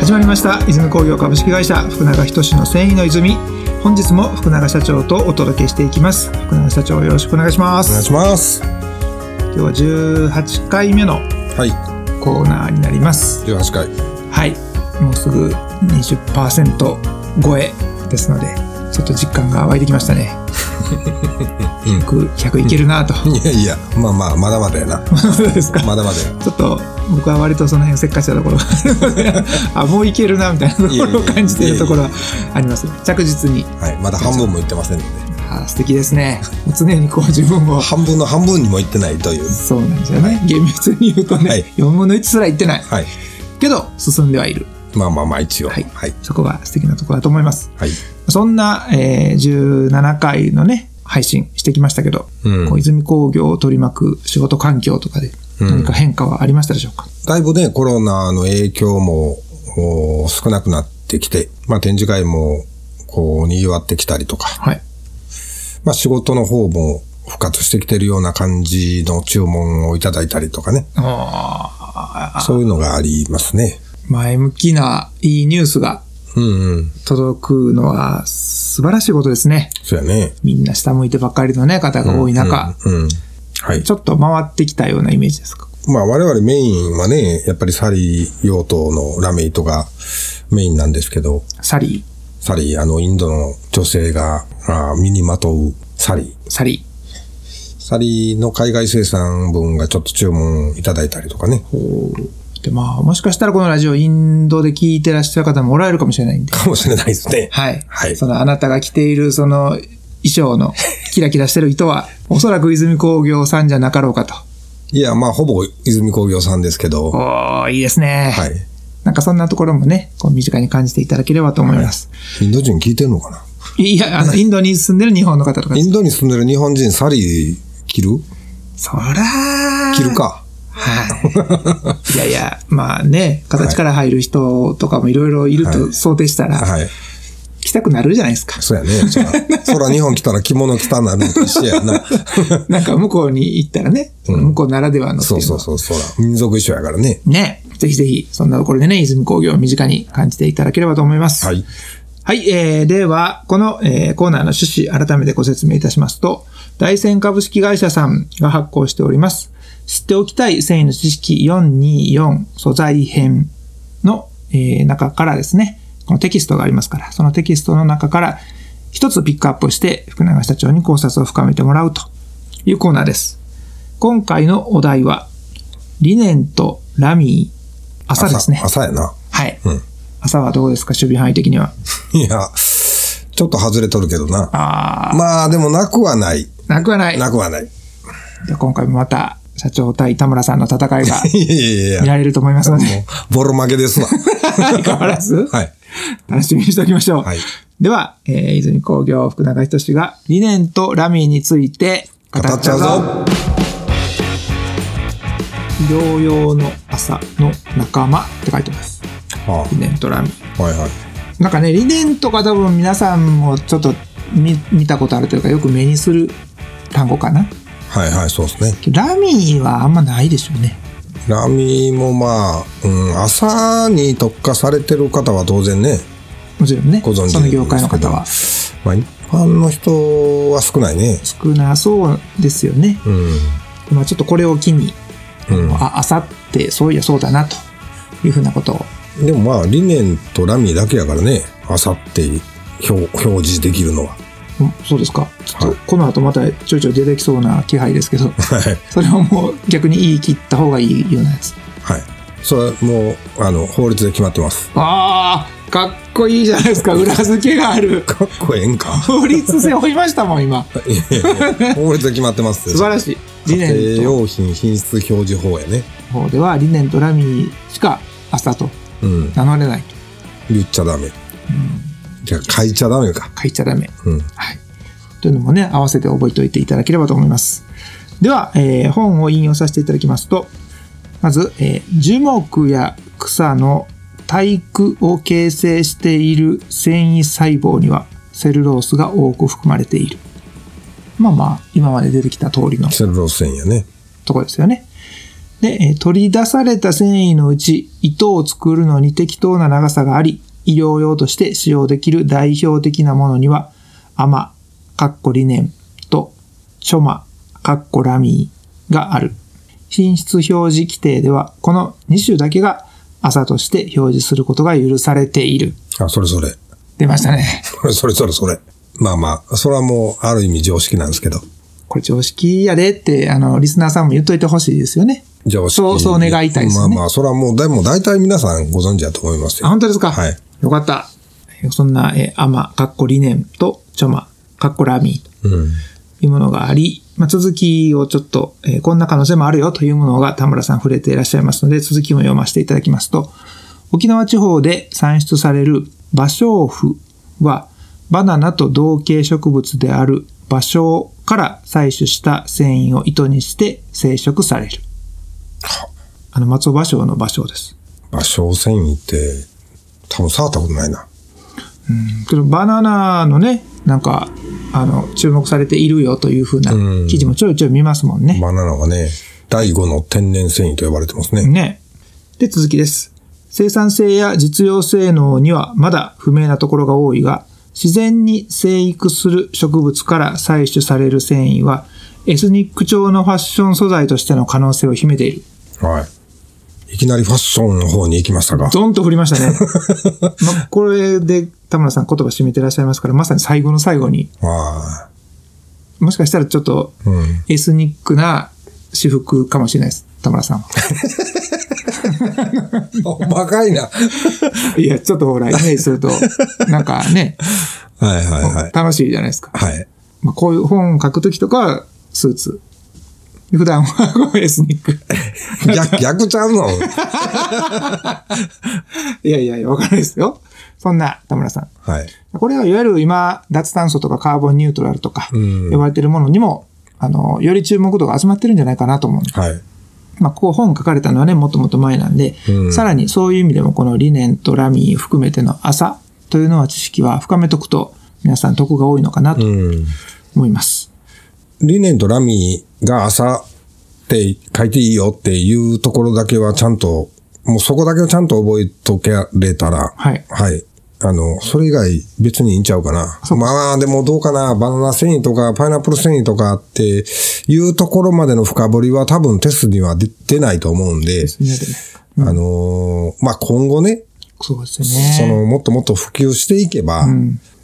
始まりました泉工業株式会社福永仁の繊維の泉本日も福永社長とお届けしていきます福永社長よろしくお願いしまお願いすします。今日は18回目のはい、コーナーになります18回。はいもうすぐ20%超えですのでちょっと実感が湧いてきました ね 100, 100いけるなといやいや、まあまあ、まだまだやな。 そうですかまだまだや。ちょっと僕は割とその辺せっかちなとこ ろがあるのであもういけるなみたいなところを感じているところはありますね着実にはい、まだ半分も言ってませんので。あ素敵ですね常にこう自分を半分の半分にも言ってないという。そうなんですよね厳密に言うとね、はい4分の1すらいってないはい。けど進んではいるまあまあまあ、一応。ははいい。はい。そこが素敵なところだと思いますそんな、えー17回のね配信してきましたけど、うんこう泉工業を取り巻く仕事環境とかでうん何か変化はありましたでしょうか、だいぶね、コロナの影響もお少なくなってきて、まあ展示会も、こう、賑わってきたりとか、はいまあ仕事の方も復活してきてるような感じの注文をいただいたりとかね、あーそういうのがありますね。前向きないいニュースがうんうん。届くのは素晴らしいことですね。そうやね。みんな下向いてばっかりのね、方が多い中、うんうん。はい。ちょっと回ってきたようなイメージですか。まあ我々メインはね、やっぱりサリー用途のラメイトがメインなんですけど、サリサリー、あのインドの女性があー身にまとうサリー。ー、サリサリーの海外生産分がちょっと注文いただいたりとかね。ー。で、まあ、もしかしたらこのラジオ、インドで聞いてらっしゃる方もおられるかもしれないんで。かもしれないですね。はい。はいそのあなたが着ている、その、衣装のキラキラしてる糸 は、おそらく泉工業さんじゃなかろうかと。いや、まあほぼ泉工業さんですけど、はおー、いいですね。い。なんかそんなところもね、こう身近に感じていただければと思います。インド人聞いてんのかないや、あの、インドに住んでる日本の方とかインドに住んでる日本人サリー着るそらー着る。か。はい。いやいや、まあね、形から入る人とかもいろいろいると想定したら、はい。来たくなるじゃないです か。そうやね。そら、そら日本来たら着物着たなるのと一緒やな。なんか向こうに行ったらね、その向こうならではのっていそうそうそう、そら。民族衣装やからね。ね、ぜひぜひ、そんなところでね、泉工業を身近に感じていただければと思います。はい。はい、えー、では、この、えーコーナーの趣旨、改めてご説明いたしますと、大仙株式会社さんが発行しております、知っておきたい繊維の知識424素材編の、えー中からですね、このテキストがありますから、そのテキストの中から一つピックアップして、福永社長に考察を深めてもらうというコーナーです。今回のお題は、理念とラミー、朝ですね。朝やな。はい。うん朝はどうですか守備範囲的には。いや、ちょっと外れとるけどな。ああ、まあ、でもなくはない。なくはない。なくはない。 じゃあ今回もまた、社長対田村さんの戦いが いやいやいや見いや。られると思いますので、もう、ボロ負けです わ。相変わらず、 はい。楽しみにしておきましょう。はいでは、えー、泉工業福永仁が理念とラミーについて語語っっちちゃゃううぞ。ぞ。療養の朝の仲間って書いてます。は理念とラミー。あ、はいはい。なんかね、理念とか多分皆さんもちょっと見見たことあるというか、よく目にする単語かな。はいはい、そうですね。ラミーはあんまないでしょうね。ラミもまあ、うん、朝に特化されてる方は当然ね、もちろんね、ご存知ですその業界の方は。まあ、一般の人は少ないね。少なそうですよね。うん。まあちょっとこれを機に、うん。あ、あさって、そういやそうだな、というふうなことを。でもまあ、理念とラミだけやからね、朝って表表示できるのは。うんそうですか。ちょっとはいこの後またちょいちょい出てきそうな気配ですけど、 はい。それをもう逆に言い切った方がいいようなやつ。はい。それはもう、あの、法律で決まってます。 ああ、かっこいいじゃないですか。裏付けがある。かっこええ んか。法律性追いましたもん、今。いやいやいや法律で決まってます。素晴らしい。理家念庭と用品品質表示法やね。方では、理念とラミーしか朝とうん。名乗れない。言っちゃダメ。じゃあ書いちゃダメか。書いちゃダメ。うん。はい。というのもね、合わせて覚えておいていただければと思います。では、えー本を引用させていただきますと、まず、えー樹木や草の体育を形成している繊維細胞にはセルロースが多く含まれている。まあまあ、今まで出てきた通りのセルロース線やね。ところですよね。で、えー取り出された繊維のうち、糸を作るのに適当な長さがあり、医療用として使用できる代表的なものには、アマ、カッコリネンと、チョマ、カッコラミーがある。品質表示規定では、この2種だけが朝として表示することが許されている。あ、それそれ。 出ましたね。それそれそれそれ。まあまあ、それはもうある意味常識なんですけど。これ常識やでって、あの、リスナーさんも言っといてほしいですよね。常識。そうそう願いたいですねまあまあ、それはもう、でも大体皆さんご存知だと思いますあ、よ。本当ですかはい。よかった。えそんな、えーアマ、カッコリネンと、チョマ、カッコラミーとうん。いうものがあり、まあ、続きをちょっと、えーこんな可能性もあるよというものが田村さん触れていらっしゃいますので、続きも読ませていただきますと、沖縄地方で産出される芭蕉布は、バナナと同系植物である芭蕉から採取した繊維を糸にして生殖される。あの、松尾芭蕉の芭蕉です。まあ、小繊維って、多分触ったことないな。けどバナナのね、なんか、あの、注目されているよというふうなうん記事もちょいちょい見ますもんね。バナナはね、第5の天然繊維と呼ばれてますね。ね。で、続きです。生産性や実用性能にはまだ不明なところが多いが、自然に生育する植物から採取される繊維は、エスニック調のファッション素材としての可能性を秘めている。はい。いきなりファッションの方に行きましたが。ドンと振りま したね。ま、これで田村さん言葉締めてらっしゃいますから、まさに最後の最後に、あもしかしたらちょっとあ。うん。エスニックな私服かもしれないです。田村 さんは。細かいな。いや、ちょっとほら、イメージす ると、なんかね、はいはいはい。楽しいじゃないですか。はい。まあ、こういう本を書くときとかは、スーツ。普段はエスニッ ク。逆、逆ちゃうのいやいやいや、わからないですよ。そんな田村さん。はい。これはいわゆる今、脱炭素とかカーボンニュートラルとか、うん呼ばれてるものにも、あの、より注目度が集まってるんじゃないかなと思うんですはい。まあ、こう本書かれたのはね、もっともっと前なんで、うんさらにそういう意味でもこの理念とラミー含めての朝というのは知識は深めとくと、皆さん得が多いのかなとうん。思います。理念とラミーが朝って書いていいよっていうところだけはちゃんと、もうそこだけをちゃんと覚えとけれたら、はいはい。あの、それ以外別にいいんちゃうかな。そうまあでもどうかな。バナナ繊維とかパイナップル繊維とかっていうところまでの深掘りは多分テストには出出ないと思うんで、みんなでね。あのーまあ今後ね、そうですそよね。のもっともっと普及していけば、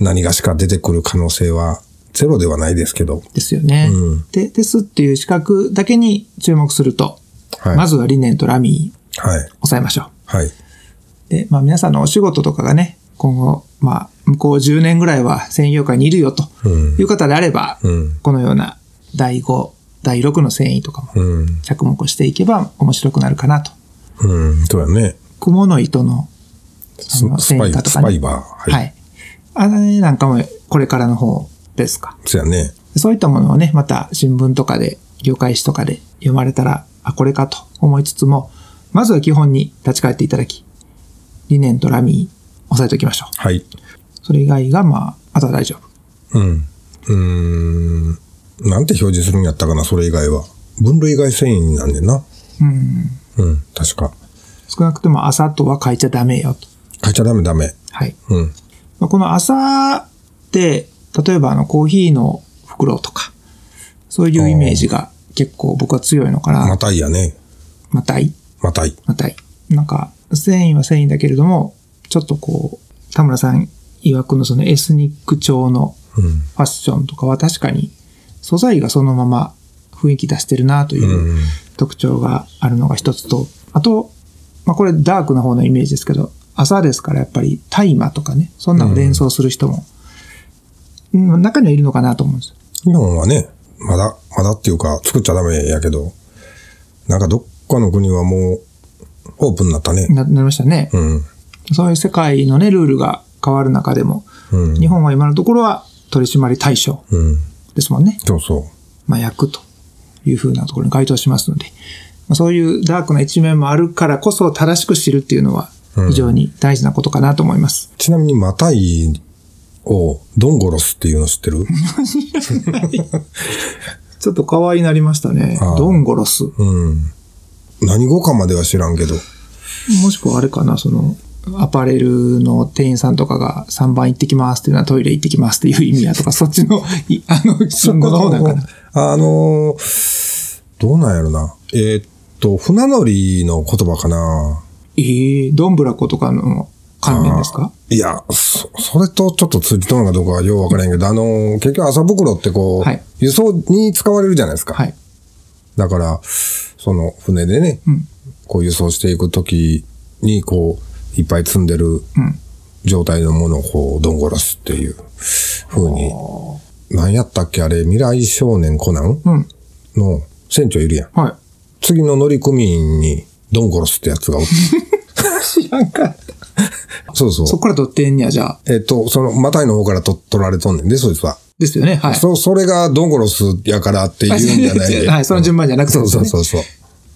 何がしか出てくる可能性はゼロではないですけど、ですよね。うんで、ですっていう資格だけに注目すると、はい。まずは理念とラミーはい。抑えましょはい。う。で、まあ皆さんのお仕事とかがね、今後、まあ向こう10年ぐらいは専業界にいるよとうんいう方であれば、うん。このような第5、第6の繊維とかもうん。着目していけば面白くなるかなと。うん。そうやね。蜘蛛の糸のスそのス繊パイ、維化とスかパイね。バー。。はいい。あれなんかもこれからの方ですか。そうやね。そういったものをね、また新聞とかで、業界誌とかで読まれたら、あ、これかと思いつつも、まずは基本に立ち返っていただき、理念とラミー押さえておきましょはい。う。それ以外が、まあ、あとは大丈夫。うん。うーん。なんて表示するんやったかな、それ以外は。分類外繊維なんねんな。うん。うん。確か。少なくとも朝とは書いちゃダメよと。書いちゃダメダメ。はい。うん。まあこの朝って、例えばあのコーヒーの袋とか、そういうイメージが結構僕は強いのかまな。たいやね。またいまたい。またい。なんか、繊維は繊維だけれども、ちょっとこう、田村さん曰くのそのエスニック調のうフん。ァッションとかは確かに素材がそのまま雰囲気出してるなといううん。特徴があるのが一つと、あと、まあこれダークな方のイメージですけど、朝ですからやっぱり大麻とかね、そんなの連想する人も、うん、中にはいるのかなと思うんですよ。日本はね、まだ、まだっていうか、作っちゃダメやけど、なんかどっかの国はもう、オープンになったね。ななりましたね。うん。そういう世界のね、ルールが変わる中でも、うん。日本は今のところは取締り対象うん。ですもんね。そうそ麻薬というふうなところに該当しますので、まあそういうダークな一面もあるからこそ正しく知るっていうのは非常に大事なことかなと思います。う。ちなみに、またいを、ドンゴロスっていうの知って るちょっと可愛いなりましたねあ。ードンゴロス。うん。何語かまでは知らんけど。もしくはあれかな、その、アパレルの店員さんとかが3番行ってきますっていうのはトイレ行ってきますっていう意味やとか、そっちの、い あの、単語の方なんかな。あのーどうなんやろな。えーっと、船乗りの言葉かな。ええどんぶらことかの関連ですかいや、そ、それとちょっと通じとるのかどうかはようわからへんけど、あのー結局朝袋ってこう、はい輸送に使われるじゃないですか。はい。だから、その船でね、うん。こう輸送していくときに、こう、いっぱい積んでるうん。状態のものをこう、どんごらすっていう風に、何やったっけあれ、未来少年コナンうん。の船長いるやん。は次の乗組員に、ドンゴロスってや つがおっい。知らんかった。た。そうそう。そこから取ってんねや、じゃあ。えっと、その、マタイの方からと取られとんねんで、そいつは。ですよね。はい。そ、それがドンゴロスやからって言うんじゃない で。はい、その順番じゃなくてそでうすそね、うそうそう。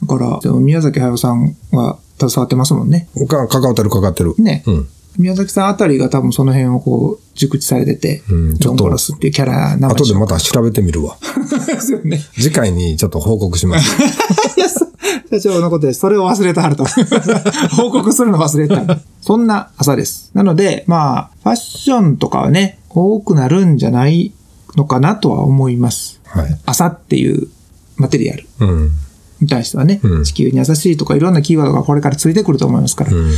だから、でも宮崎駿さんは携わってますもんね。か、かかってるかかってる。ね。うん。宮崎さんあたりが多分その辺をこう、熟知されてて、うんちょっドとンゴロスっていうキャラな後でまた調べてみるわ。ですよね。次回にちょっと報告 します。いやそ社長のことで、それを忘れたはると。 報告するの忘れてた。そんな朝です。なので、まあ、ファッションとかはね、多くなるんじゃないのかなとは思います。はい。朝っていうマテリアルうん。に対してはね、うん地球に優しいとかいろんなキーワードがこれからついてくると思いますから、うん。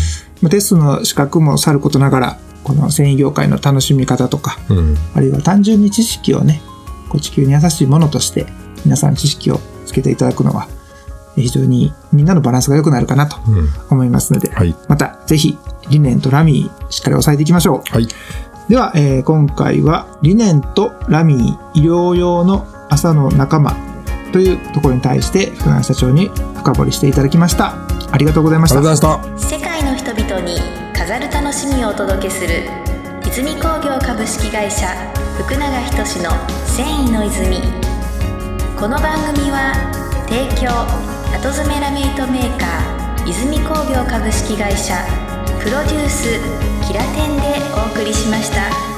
まあテストの資格もさることながら、この繊維業界の楽しみ方とか、うん。あるいは単純に知識をね、こう地球に優しいものとして、皆さん知識をつけていただくのは、えー非常にみんなのバランスが良くなるかなとうん。思いますので、はい。またぜひ理念とラミーしっかり押さえていきましょはい。う。では、えー今回は理念とラミー医療用の朝の仲間というところに対して福永社長に深掘りしていただきました。ありがとうございましありがとうたござい。ました。世界の人々に飾る楽しみをお届けする泉工業株式会社福永仁の「繊維の泉」この番組は提供後詰めラメイトメーカー泉工業株式会社プロデュースキラテンでお送りしました。